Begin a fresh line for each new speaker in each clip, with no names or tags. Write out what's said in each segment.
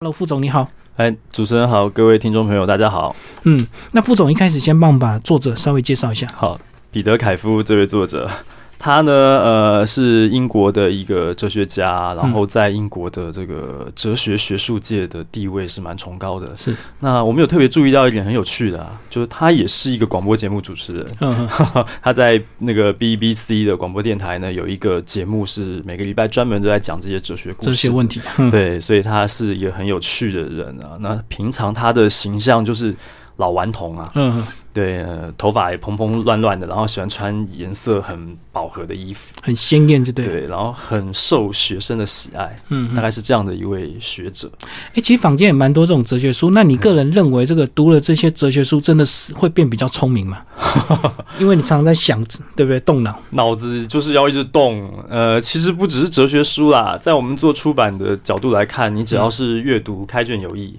Hello，副总你好。
哎，主持人好，各位听众朋友，大家好。
嗯，那副总一开始先帮我们把作者稍微介绍一下。
好，彼得·凯夫这位作者，他呢，呃，是英国的一个哲学
嗯
家，然后在英国的这个哲学学术界的地位是蛮崇高的。
是，
那我们有特别注意到一点很有趣的、啊，就是他也是一个广播节目主持人。
嗯，
他在那个 BBC 的广播电台呢，有一个节目是每个礼拜专门都在讲这些哲学故事。
这些问题。嗯，
对，所以他是一个很有趣的人啊。那平常他的形象就是老顽童啊，
嗯，
对，呃、头发也蓬蓬乱乱的，然后喜欢穿颜色很饱和的衣服，
很鲜艳，就对。
对，然后很受学生的喜爱，
嗯，
大
哎、
概是这样的一位学者。
诶其实坊间也蛮多这种哲学书。那你个人认为，这个读了这些哲学书，真的是会变比较聪明 吗？因为你常常在想，对不对？动脑。
脑子就是要一直动，呃，其实不只是哲学书啦，在我们做出版的角度来看，你只要是阅读开卷有益，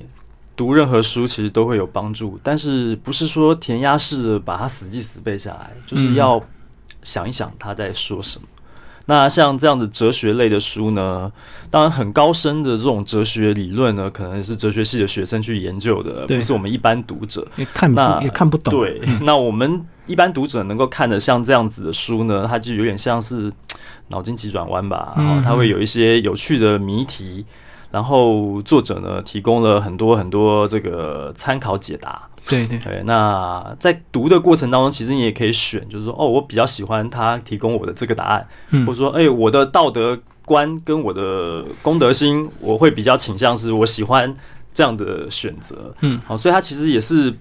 读任何书其实都会有帮助，但是不是说填鸭式的把它死记死背下来，就是要想一想他在说什么。那像这样的哲学类的书呢，当然很高深的这种哲学理论呢，可能是哲学系的学生去研究的，
对
不是我们一般读者。
也看不
那
也看不懂。，嗯
对，那我们一般读者能够看的像这样子的书呢，它就有点像是脑筋急转弯吧，然
嗯
后它会有一些有趣的谜题，然后作者呢提供了很多很多这个参考解答。
对对，
对，那在读的过程当中，其实你也可以选，就是说，哦，我比较喜欢他提供我的这个答案，
嗯
或者说，哎、我的道德观跟我的公德心，我会比较倾向是我喜欢这样的选择。
嗯，
好、所以它其实也是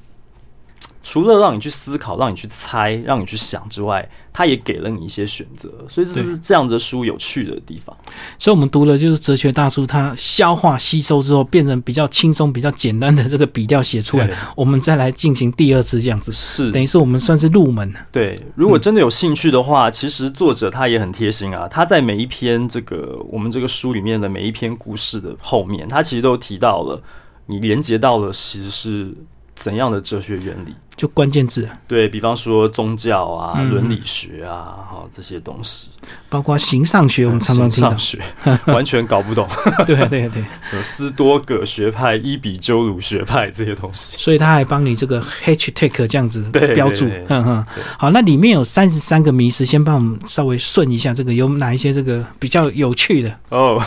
除了让你去思考、让你去猜、让你去想之外，它也给了你一些选择。所以这是这样子的书有趣的地方。
所以我们读了就是哲学大叔，他消化吸收之后，变成比较轻松、比较简单的这个笔调写出来
对，
我们再来进行第二次这样子，
是
等于是我们算是入门了。
对，如果真的有兴趣的话，其实作者他也很贴心啊。他在每一篇这个我们这个书里面的每一篇故事的后面，他其实都提到了你连接到了其实是怎样的哲学原理。
就关键字，
对比方说宗教啊、
嗯
伦理学啊，好、这些东西，
包括形上学，我嗯们常常听到
上。学 完全搞不懂，
对啊对啊对啊，
有斯多葛学派、伊比鸠鲁学派这些东西。
所以他还帮你这个 H take 这样子
对
标注
对对，对
哼哼
对。
好，那里面有三十三个迷思，先帮我们稍微顺一下，这个有哪一些这个比较有趣的？
哦，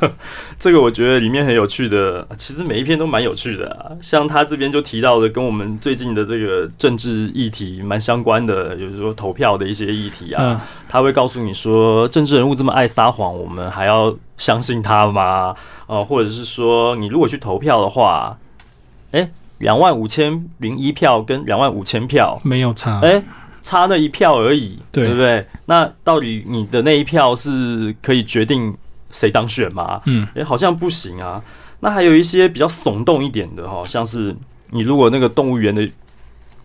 这个我觉得里面很有趣的，其实每一篇都蛮有趣的啊。像他这边就提到的，跟我们最近的这个政治议题蛮相关的，有时候投票的一些议题啊，
嗯，
他会告诉你说，政治人物这么爱撒谎，我们还要相信他吗？呃，或者是说，你如果去投票的话，哎，两万五千零一票跟两万五千票，
没有差。
哎、差那一票而已，
啊对
不对？那到底你的那一票是可以决定谁当选吗？
嗯，
哎、好像不行啊。那还有一些比较耸动一点的哈，像是你如果那个动物园的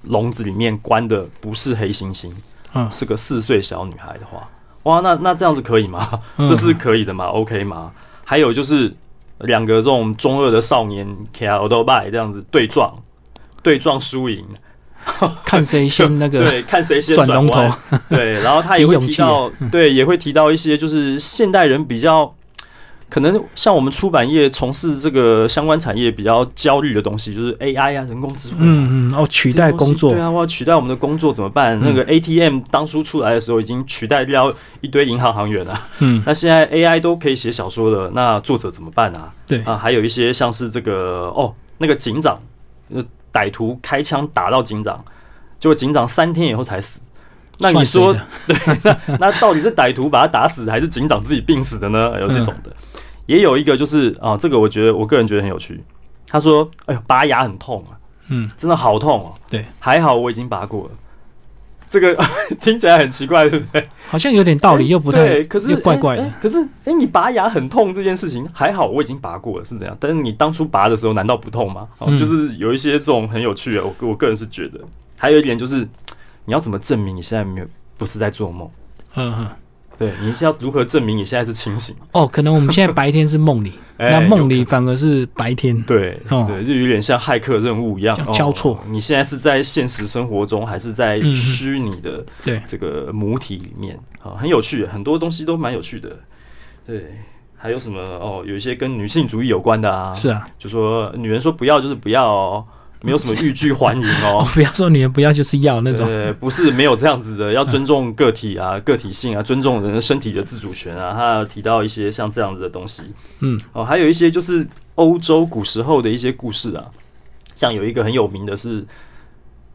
笼子里面关的不是黑猩猩，
嗯
是个四岁小女孩的话，哇，那那这样子可以吗？
嗯
这是可以的吗？OK 吗？还有就是两个这种中二的少年 K L 都拜这样子对撞，对撞输赢，
看谁先那个
对，看谁先
转龙
弯
头。
对，然后他也
有
会
勇
提
气
到，对，也会提到一些就是现代人比较可能像我们出版业从事这个相关产业比较焦虑的东西，就是 AI 啊，人工智慧、啊，
嗯嗯，哦，取代工作嗯
对，啊，我要取代我们的工作怎么办？那个 ATM 当初出来的时候已经取代掉一堆银行行员啊，
嗯，
那现在 AI 都可以写小说了，那作者怎么办啊？
对，
啊，还有一些像是这个哦，那个警长，呃，歹徒开枪打到警长，结果警长三天以后才死。那你
算谁
说
的，
那到底是歹徒把他打死，还是警长自己病死的呢？
嗯
有这种的，也有一个就是啊，这个我觉得我个人觉得很有趣。他说：“哎呦，拔牙很痛啊，
嗯，
真的好痛哦。
对，
还好我已经拔过了。”这个 听起来很奇怪，对不对？
好像有点道理，又不太，
哎对，可是
又怪怪
哎
的
哎。可是哎、你拔牙很痛这件事情，还好我已经拔过了，是怎样？但是你当初拔的时候，难道不痛吗？哦，
嗯
就是有一些这种很有趣的，我我个人是觉得，还有一点就是，你要怎么证明你现在没有不是在做梦？
嗯嗯，
对，你是要如何证明你现在是清醒？
哦，可能我们现在白天是梦里，
哎
那梦里反而是白天。
对，
哦
对，就有点像骇客任务一样
这样交错
哦。你现在是在现实生活中，还是在
嗯嗯
虚拟的
对
哦这个母体里面？啊、很有趣，很多东西都蛮有趣的。对，还有什么哦，有一些跟女性主义有关的啊，
是啊，
就说女人说不要就是不要哦，没有什么欲拒还迎哦
哦，，不要说女人不要就是要那种，
对，呃不是没有这样子的，要尊重个体啊、个体性啊，尊重人的身体的自主权啊。他有提到一些像这样子的东西，
嗯，
哦，还有一些就是欧洲古时候的一些故事啊，像有一个很有名的是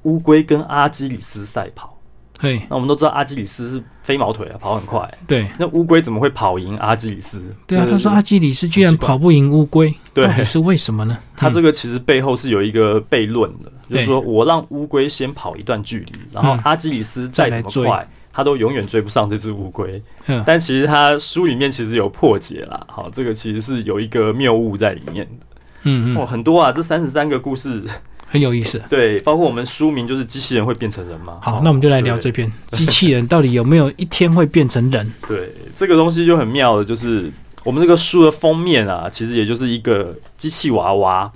乌龟跟阿基里斯赛跑。
嘿，
那我们都知道阿基里斯是飞毛腿啊，跑很快。
对，
那乌龟怎么会跑赢阿基里斯？
对啊，
那
他说阿基里斯居然
很奇怪
跑不赢乌龟，
对
到底是为什么呢？
他这
个
个其实背后是有一个悖论的，就是说我让乌龟先跑一段距离，然后
嗯
阿基里斯再怎么
再来
快，他都永远追不上这只乌龟。
嗯
但其实他书里面其实有破解啦，好，这个其实是有一个谬误在里面的。
嗯
哦，
嗯，
很多啊，这三十三个故事，
很有意思。
对，包括我们书名就是机器人会变成人嘛。
好
哦，
那我们就来聊
对
这篇机器人到底有没有一天会变成人？
对，这个东西就很妙的，就是我们这个书的封面啊，其实也就是一个机器娃娃，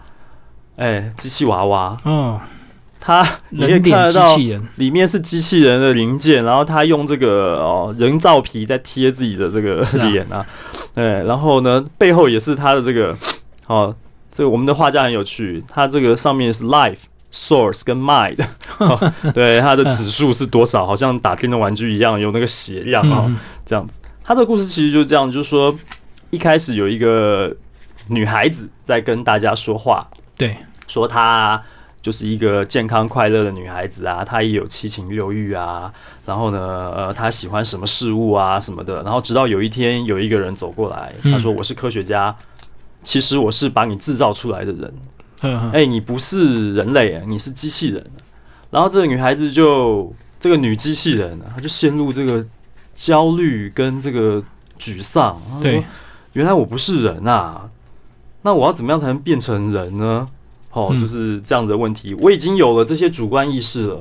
哎、机器娃娃，
哦，
它你可以
人
看
脸
得
机
到
器人，
里面是机器人的零件，然后它用这个哦人造皮在贴自己的这个
是啊
脸啊， 对，然后呢背后也是它的这个哦，这个我们的画家很有趣，它这个上面是 life。Source 跟 mind，、哦、 对它的指数是多少？好像打电动玩具一样，有那个血量啊、哦。
嗯，嗯
这样子。他的故事其实就是这样，就是说一开始有一个女孩子在跟大家说话，
对，
说她就是一个健康快乐的女孩子啊，她也有七情六欲啊，然后呢，呃，她喜欢什么事物啊什么的。然后直到有一天，有一个人走过来，
嗯
他说：“我是科学家。”其实我是把你制造出来的人，
嗯嗯
哎、你不是人类，你是机器人。啊然后这个女孩子就这个女机器人，啊她就陷入这个焦虑跟这个沮丧。她说
对，
原来我不是人啊，那我要怎么样才能变成人呢？哦，
嗯
就是这样子的问题。我已经有了这些主观意识了，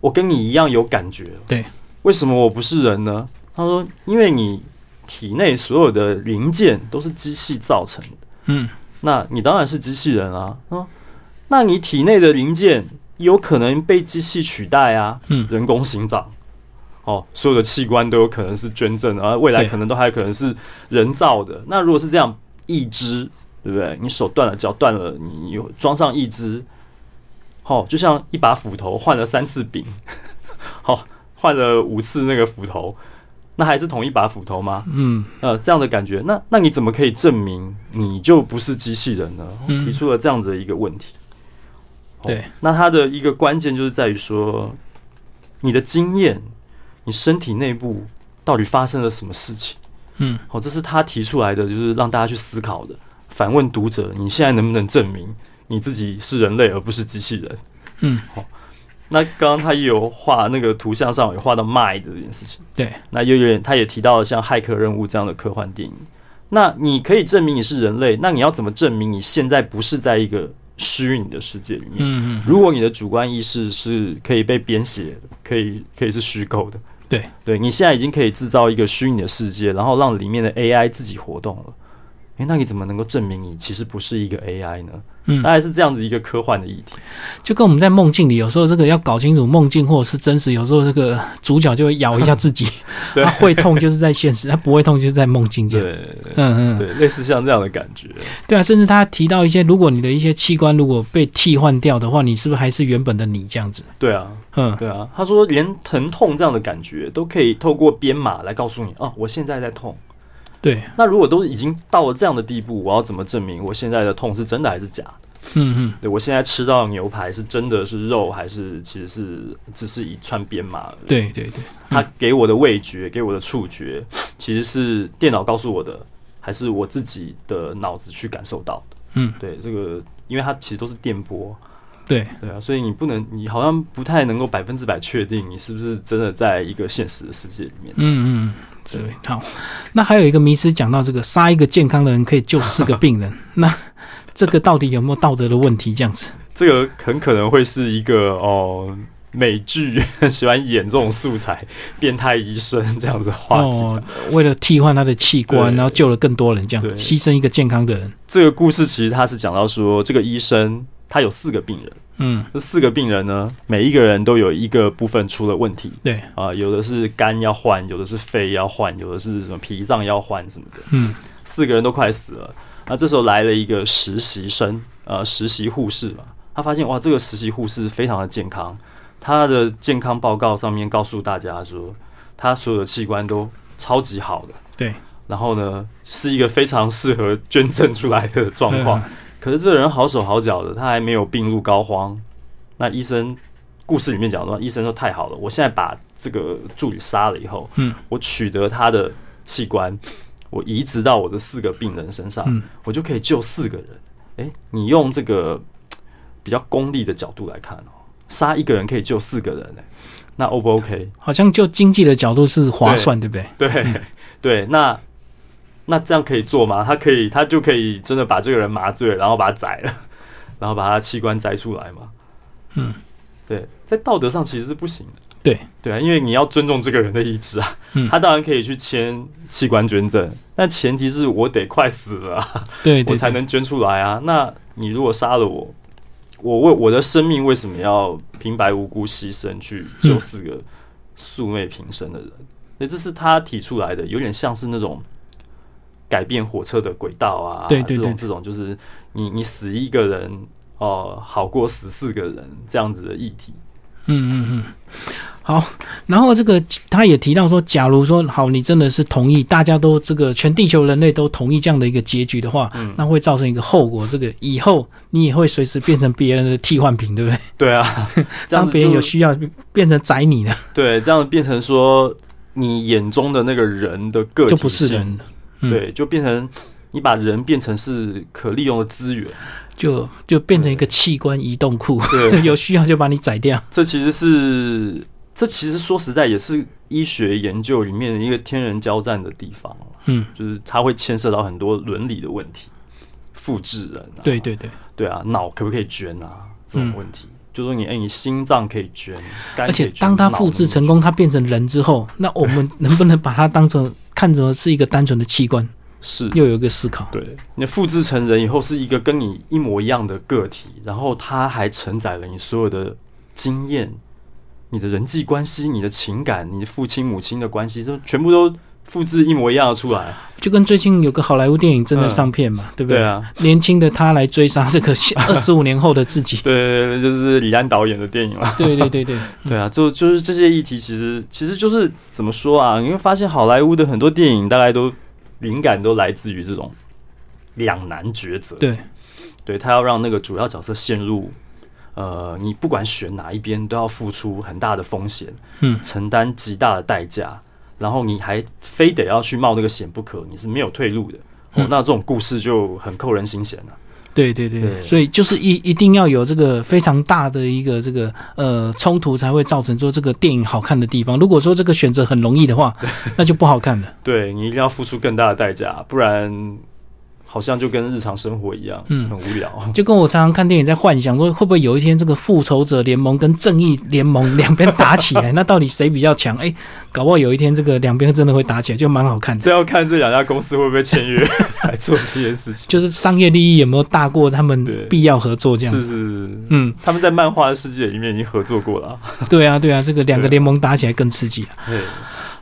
我跟你一样有感觉。
对，
为什么我不是人呢？她说，因为你体内所有的零件都是机器造成的。
嗯，
那你当然是机器人啊，嗯，那你体内的零件有可能被机器取代啊，
嗯
人工心脏，哦，所有的器官都有可能是捐赠的，而未来
对
可能都还有可能是人造的。那如果是这样，义肢，对不对？你手断了，脚断了，你有装上义肢，哦，就像一把斧头换了三次柄， 哦，换了五次那个斧头，那还是同一把斧头吗？
嗯，
呃这样的感觉。那那你怎么可以证明你就不是机器人呢？
嗯
提出了这样子的一个问题。哦
对，
那它的一个关键就是在于说，你的经验，你身体内部到底发生了什么事情？
嗯，
哦，这是他提出来的，就是让大家去思考的，反问读者，你现在能不能证明你自己是人类而不是机器人？
嗯，
好、那刚刚他也有画那个图像上有画到 mind 这件事情。
对，
那又有点，他也提到了像《骇客任务》这样的科幻电影。那你可以证明你是人类，那你要怎么证明你现在不是在一个虚拟的世界里面？
嗯嗯，
如果你的主观意识是可以被编写的，可以可以是虚构的，
对
对，你现在已经可以制造一个虚拟的世界，然后让里面的 AI 自己活动了。诶，那你怎么能够证明你其实不是一个 AI 呢？
嗯
大概是这样子一个科幻的议题。
就跟我们在梦境里，有时候这个要搞清楚梦境或者是真实，有时候这个主角就会咬一下自己，
对
他会痛就是在现实，他不会痛就是在梦境间。
对
嗯嗯，
对，类似像这样的感觉。
对啊，甚至他提到一些，如果你的一些器官如果被替换掉的话，你是不是还是原本的你这样子？
对啊，
嗯，
对啊，他说连疼痛这样的感觉都可以透过编码来告诉你，哦，我现在在痛。
对，
那如果都已经到了这样的地步，我要怎么证明我现在的痛是真的还是假的？
嗯嗯，
对我现在吃到的牛排是真的是肉，还是其实是只是一串编码而已？
对对对，
它给我的味觉、给我的触觉，其实是电脑告诉我的，还是我自己的脑子去感受到的？
嗯，
对，这个因为它其实都是电波，
对
对啊，所以你不能，你好像不太能够百分之百确定你是不是真的在一个现实的世界里面。
嗯嗯，对，好。那还有一个迷思讲到这个，杀一个健康的人可以救四个病人，那这个到底有没有道德的问题？这样子，
这个很可能会是一个哦，美剧 很喜欢演这种素材，变态医生这样子的话题。
哦，为了替换他的器官，
对
然后救了更多人，这样
对
牺牲一个健康的人。
这个故事其实它是讲到说，这个医生他有四个病人，
嗯，
这四个病人呢，每一个人都有一个部分出了问题
对，
啊、有的是肝要换，有的是肺要换，有的是什么脾脏要换什么的。
嗯
四个人都快死了。那这时候来了一个实习生，呃，实习护士嘛，他发现哇，这个实习护士非常的健康，他的健康报告上面告诉大家说，他所有的器官都超级好的，
对，
然后呢，是一个非常适合捐赠出来的状 况。
嗯
可是这个人好手好脚的，他还没有病入膏肓。那医生故事里面讲到，医生说太好了，我现在把这个助理杀了以后，
嗯，
我取得他的器官，我移植到我的四个病人身上，
嗯
我就可以救四个人。诶，你用这个嘖比较功利的角度来看哦，杀一个人可以救四个人、诶，那 O 不 OK？
好像就经济的角度是划算，对不对？
对、对，那那这样可以做吗？他可以，他就可以真的把这个人麻醉了，然后把他宰了，然后把他器官摘出来吗？
嗯，
对，在道德上其实是不行的。
对
对啊，因为你要尊重这个人的意志啊。
嗯
他当然可以去签器官捐赠，但前提是我得快死了啊、
对对
我才
对，
能捐出来啊。那你如果杀了我，我为我的生命为什么要平白无故牺牲去救四个素昧平生的人？所以这是他提出来的，有点像是那种改变火车的轨道啊，
对对对
这种这种就是你你死一个人哦、好过死四个人这样子的议题。
嗯嗯嗯。好，然后这个他也提到说，假如说好，你真的是同意，大家都这个全地球人类都同意这样的一个结局的话，
嗯
那会造成一个后果，这个以后你也会随时变成别人的替换品，对不对？
对啊，这 样
当
子
别人
就
有需要，变成宰你的，
对这样变成说你眼中的那个人的个体
就不是
性
人了，嗯
对，就变成你把人变成是可利用的资源。
就就变成一个器官移动库，
对，
有需要就把你宰掉。
这其实是这其实说实在也是医学研究里面的一个天人交战的地方，
嗯，
就是它会牵涉到很多伦理的问题，复制人、啊，
对对对，
对啊，脑可不可以捐啊这种
嗯
问题。就说你，哎、你心脏可以捐，肝
而且
可以捐
当它
脑
复制
能
成功，它变成人之后，那我们能不能把它当成看成是一个单纯的器官？
是
又有一个思考。
对，你复制成人以后是一个跟你一模一样的个体，然后它还承载了你所有的经验、你的人际关系、你的情感、你的父亲母亲的关系，都全部都复制一模一样的出来。
就跟最近有个好莱坞电影正在上片嘛，嗯对不
对？啊，
年轻的他来追杀这 个二十五年后的自 己。
对对对，就是李安导演的电影嘛。
对对对对，
对啊，就就是这些议题，其实其实就是怎么说啊？你会发现好莱坞的很多电影大概都灵感都来自于这种两难抉择。
对，
对他要让那个主要角色陷入，呃，你不管选哪一边，都要付出很大的风险，
嗯
承担极大的代价，然后你还非得要去冒那个险不可，你是没有退路的。哦
嗯，
那这种故事就很扣人心弦啊了、
对对对对，
对
所以就是一一定要有这个非常大的一个这个呃冲突，才会造成说这个电影好看的地方。如果说这个选择很容易的话，那就不好看了。
对你一定要付出更大的代价，不然好像就跟日常生活一样，
嗯
很无聊。
就跟我常常看电影在幻想说，会不会有一天这个复仇者联盟跟正义联盟两边打起 来，那到底谁比较强？哎、搞不好有一天这个两边真的会打起来，就蛮好看的。
这要看这两家公司会不会 签约来做这件事情。
就是商业利益有没有大过他
对
们必要合作这样
是
子？
是是，
嗯，
他们在漫画的世界里面已经合作过了啊。
对啊，对啊，这个两个
对啊
联盟打起来更刺激啊。
对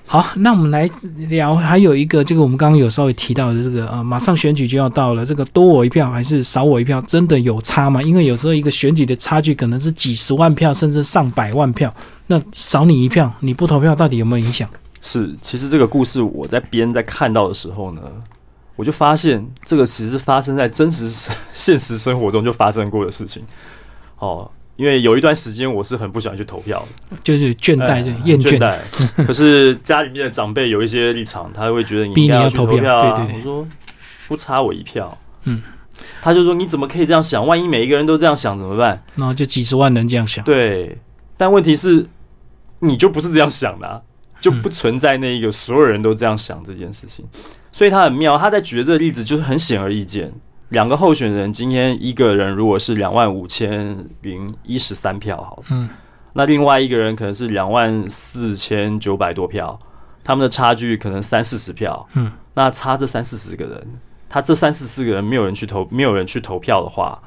好，那我们来聊，还有一个，这个我们刚刚有稍微提到的，这个呃，马上选举就要到了，这个多我一票还是少我一票，真的有差吗？因为有时候一个选举的差距可能是几十万票，甚至上百万票，那少你一票，你不投票到底有没有影响？
是，其实这个故事我在编在看到的时候呢，我就发现这个其实是发生在真实生 现实生活中就发生过的事情。哦，因为有一段时间我是很不喜欢去投票的，
就是倦怠，就
哎
厌倦，
倦怠。可是家里面的长辈有一些立场，他会觉得你
逼
应
你
该
要
去
投
投
票
票啊。
对对对
我说不差我一票。
嗯。
他就说：“你怎么可以这样想？万一每一个人都这样想怎么办
然后就几十万人这样？”想，
对，但问题是，你就不是这样想的啊、就不存在那一个所有人都这样想这件事情。所以他很妙，他在举的这个例子就是很显而易见。两个候选人今天一个人如果是两万五千零一十三票，好了，
嗯，
那另外一个人可能是两万四千九百多票，他们的差距可能三四十票，
嗯，
那差这三四十个人，他这三四十个人没有人去投，没有人去投票的话，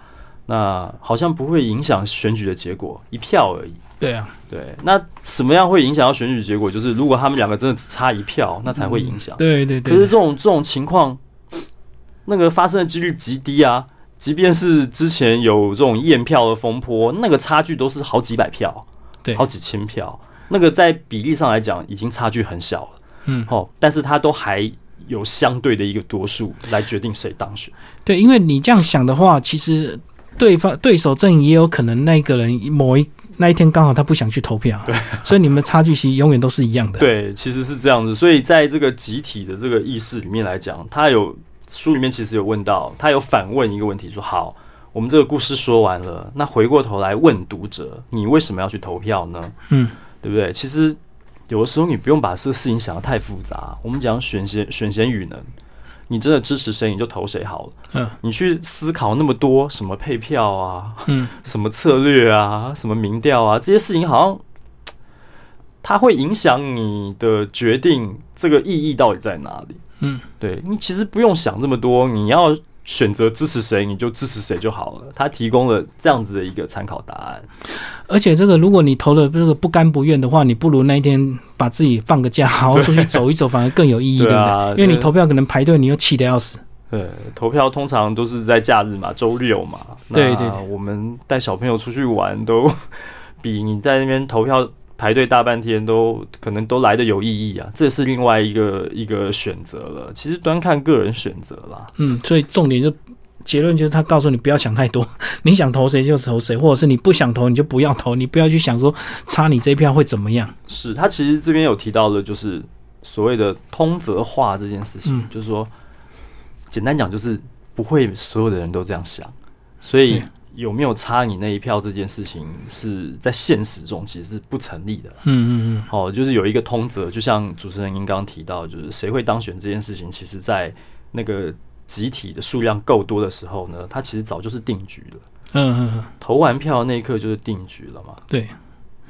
那好像不会影响选举的结果，一票而已。
对啊，
对，那什么样会影响到选举结果？就是如果他们两个真的只差一票，那才会影响。
嗯对对
可是
对
这，种这种情况那个发生的几率极低啊。即便是之前有这种验票的风波，那个差距都是好几百票，
对
好几千票，那个在比例上来讲已经差距很小了。
嗯，
哦，但是它都还有相对的一个多数来决定谁当选。
对，因为你这样想的话，其实对方对手阵营也有可能那个人某一那一天刚好他不想去投票，啊所以你们的差距其实永远都是一样的。
对，其实是这样子。所以在这个集体的这个意识里面来讲，他有书里面其实有问到，他有反问一个问题，说好，我们这个故事说完了，那回过头来问读者，你为什么要去投票呢？
嗯，
对不对？其实有的时候你不用把这个事情想得太复杂。我们讲选贤选贤与能，你真的支持谁你就投谁好了。
嗯，
你去思考那么多什么配票啊，
嗯，
什么策略啊，什么民调啊，这些事情好像它会影响你的决定，这个意义到底在哪里？
嗯，
对你其实不用想这么多，你要选择支持谁，你就支持谁就好了。它提供了这样子的一个参考答案。
而且这个，如果你投了这个不甘不愿的话，你不如那一天把自己放个假，好好出去走一走，反而更有意义，对
对
不
啊
对？因为你
对
投票可能排队，你又气得要死。
对，投票通常都是在假日嘛，周六嘛。
对对
那
对
我们带小朋友出去玩都比你在那边投票排队大半天都可能都来的有意义啊，这是另外一个一个选择了。其实端看个人选择啦。
嗯，所以重点就结论就是他告诉你不要想太多， 你想投谁就投谁，或者是你不想投你就不要投，你不要去想说差你这一票会怎么样。
是他其实这边有提到的，就是所谓的通则化这件事情，
嗯
就是说，简单讲就是不会所有的人都这样想，所以
嗯
有没有差你那一票这件事情是在现实中其实是不成立的啦。
嗯嗯
哦，就是有一个通则，就像主持人您刚刚提到，就是谁会当选这件事情，其实在那个集体的数量够多的时候呢，它其实早就是定局了。
嗯嗯嗯，
投完票那一刻就是定局了嘛。
对，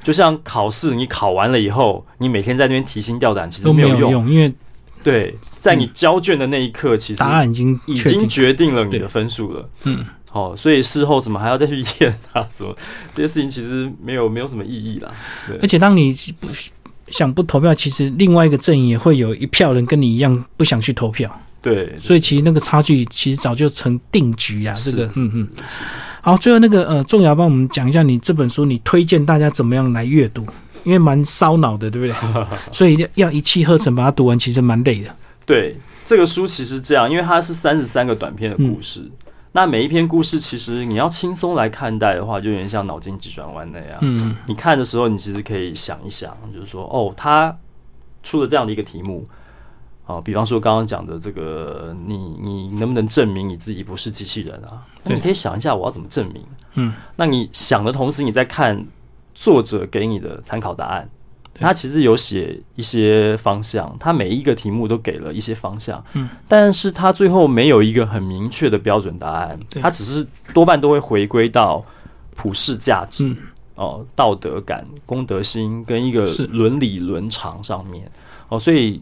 就像考试，你考完了以后，你每天在那边提心吊胆，其实
都
没
没
有
有
用。
用，因为
对，在你
嗯
交卷的那一刻，其实
答案已经
已
确
经
定。
决定了你的
对
分数了。
嗯，
哦，所以事后怎么还要再去 验啊？什么这些事情其实没有没有什么意义啦。对
而且当你不想不投票，其实另外一个阵营也会有一票人跟你一样不想去投票。
对，
所以其实那个差距其实早就成定局啊，这
是
个嗯嗯。好，最后那个呃，仲瑶帮我们讲一下你这本书，你推荐大家怎么样来阅读，因为蛮烧脑的，对不对？ 所以要一气呵成把它读完，其实蛮累的。
对，这个书其实这样，因为它是三十三个短篇的故事。
嗯
那每一篇故事，其实你要轻松来看待的话，就有点像脑筋急转弯那样。
嗯
你看的时候，你其实可以想一想，就是说，哦，他出了这样的一个题目，啊，比方说刚刚讲的这个，你你能不能证明你自己不是机器人啊？那你
对
可以想一下，我要怎么证明？
嗯，
那你想的同时，你在看作者给你的参考答案，
对
他其实有写一些方向，他每一个题目都给了一些方向，
嗯，
但是他最后没有一个很明确的标准答案，
对
他只是多半都会回归到普世价值。
嗯
哦道德感、公德心跟一个
是
伦理伦常上面哦，所以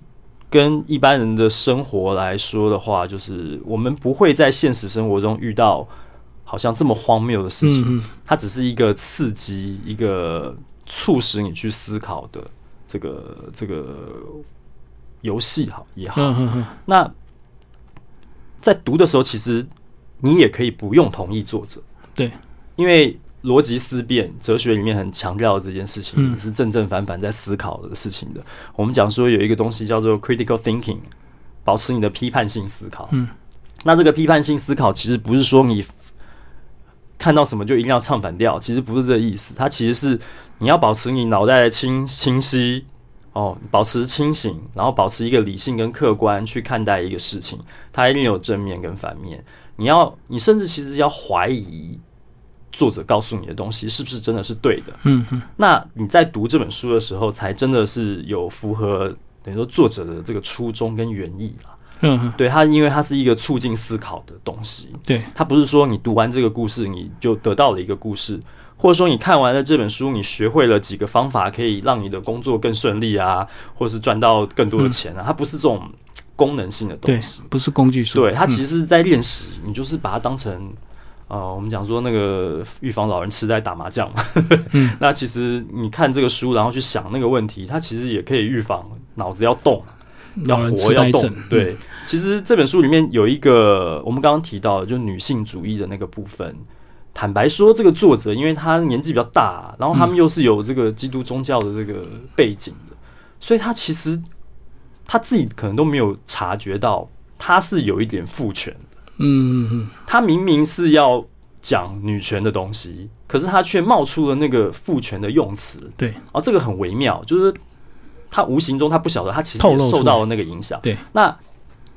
跟一般人的生活来说的话，就是我们不会在现实生活中遇到好像这么荒谬的事情，
嗯嗯，
它只是一个刺激，一个促使你去思考的这个这个游戏好也好，
嗯嗯嗯，
那在读的时候，其实你也可以不用同意作者，
对，
因为逻辑思辨，哲学里面很强调的这件事情，
嗯
是正正反反在思考的事情的。我们讲说有一个东西叫做 critical thinking，保持你的批判性思考。
嗯，
那这个批判性思考其实不是说你 f- 看到什么就一定要唱反调，其实不是这个意思，它其实是你要保持你脑袋的清清晰。哦，保持清醒，然后保持一个理性跟客观去看待一个事情，它一定有正面跟反面。你要，你甚至其实要怀疑作者告诉你的东西是不是真的是对的。
嗯嗯
那你在读这本书的时候，才真的是有符合等于说作者的这个初衷跟原意啦。
嗯嗯，
对它，因为它是一个促进思考的东西，
对，
它不是说你读完这个故事你就得到了一个故事，或者说你看完了这本书，你学会了几个方法可以让你的工作更顺利啊，或是赚到更多的钱啊，它不是这种功能性的
对
东西。，
不是工具书，
对，它其
实
实是在练习，你就是把它当成。呃，我们讲说那个预防老人痴呆打麻将嘛，
嗯
那其实你看这个书，然后去想那个问题，它其实也可以预防脑子要动，要
老人
活
痴
要
呆
动
症。。
对，嗯其实这本书里面有一个我们刚刚提到的，就女性主义的那个部分。坦白说，这个作者因为他年纪比较大，然后他们又是有这个基督宗教的这个背景的，所以他其实他自己可能都没有察觉到，他是有一点父权。
嗯，嗯嗯
他明明是要讲女权的东西，可是他却冒出了那个父权的用词，
对，
啊，这个很微妙，就是他无形中他不晓得，他其实
透
也
露出来
受到了那个影响。
对，
那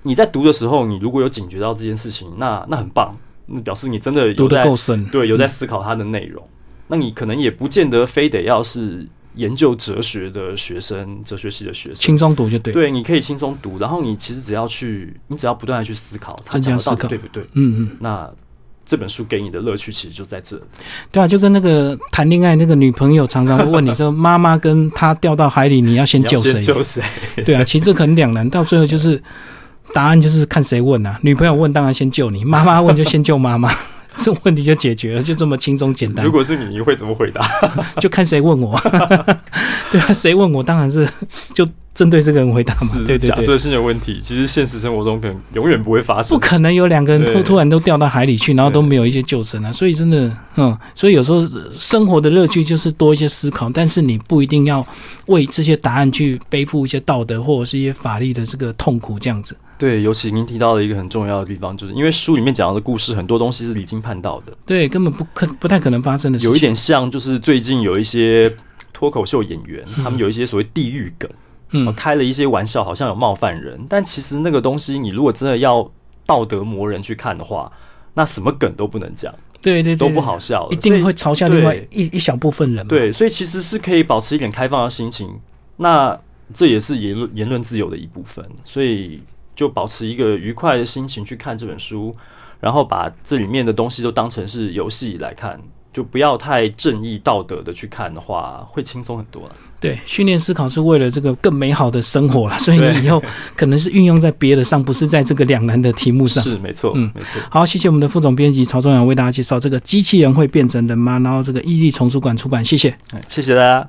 你在读的时候，你如果有警觉到这件事情，那那很棒，那表示你真的有
读得
在
够深。
对有在思考它的内容。那你可能也不见得非得要是研究哲学的学生，哲学系的学生。
轻松读就对。，
对，你可以轻松读，然后你其实只要去，你只要不断的去思考，它
增加
讲的到
思考
底对不对？
嗯嗯，
那这本书给你的乐趣其实就在这。
对啊，就跟那个谈恋爱那个女朋友常常会问你说，妈妈跟她掉到海里，你要先
你
救
要先
谁？
救谁？
对啊，其实这很两难，到最后就是答案就是看谁问啊。女朋友问当然先救你，妈妈问就先救妈 妈，这问题就解决了，就这么轻松简单
如。果是你，你会怎么回答？
就看谁问我， 对啊，谁问我当然是就针对这个人回答嘛。
是
对对
假
对，
设性的问题，其实现实生活中可能永远不会发
不
生。
可能有两个人突
对
突然都掉到海里去，然后都
对
没有一些救生啊。所以真的，嗯，所以有时候呃生活的乐趣就是多一些思考，但是你不一定要为这些答案去背负一些道德或者是一些法律的这个痛苦这样子。
对，尤其您提到的一个很重要的地方，就是因为书里面讲到的故事，很多东西是离经叛道的，
对，根本不可不太可能发生的事情。
有一，点像就是最近有一些脱口秀演员，他们有一些所谓地域梗，哦
嗯，
开了一些玩笑，好像有冒犯人，但其实那个东西，你如果真的要道德磨人去看的话，那什么梗都不能讲，
对对对，
都不，好笑了，
一
所以
定会嘲笑另外
对
一一小部分人嘛。
对，所以其实是可以保持一点开放的心情。那这也是言论言论自由的一部分，所以就保持一个愉快的心情去看这本书，然后把这里面的东西都当成是游戏来看，就不要太正义道德的去看的话，会轻松很多了。
对，训练思考是为了这个更美好的生活啦，所以
对
你以后可能是运用在别的上，不是在这个两难的题目上。
是，没错，
嗯
没错。
好，谢谢我们的副总编辑曹宗阳为大家介绍这个机器人会变成人吗？然后这个伊利丛书馆出版，谢谢。
哎谢谢大家。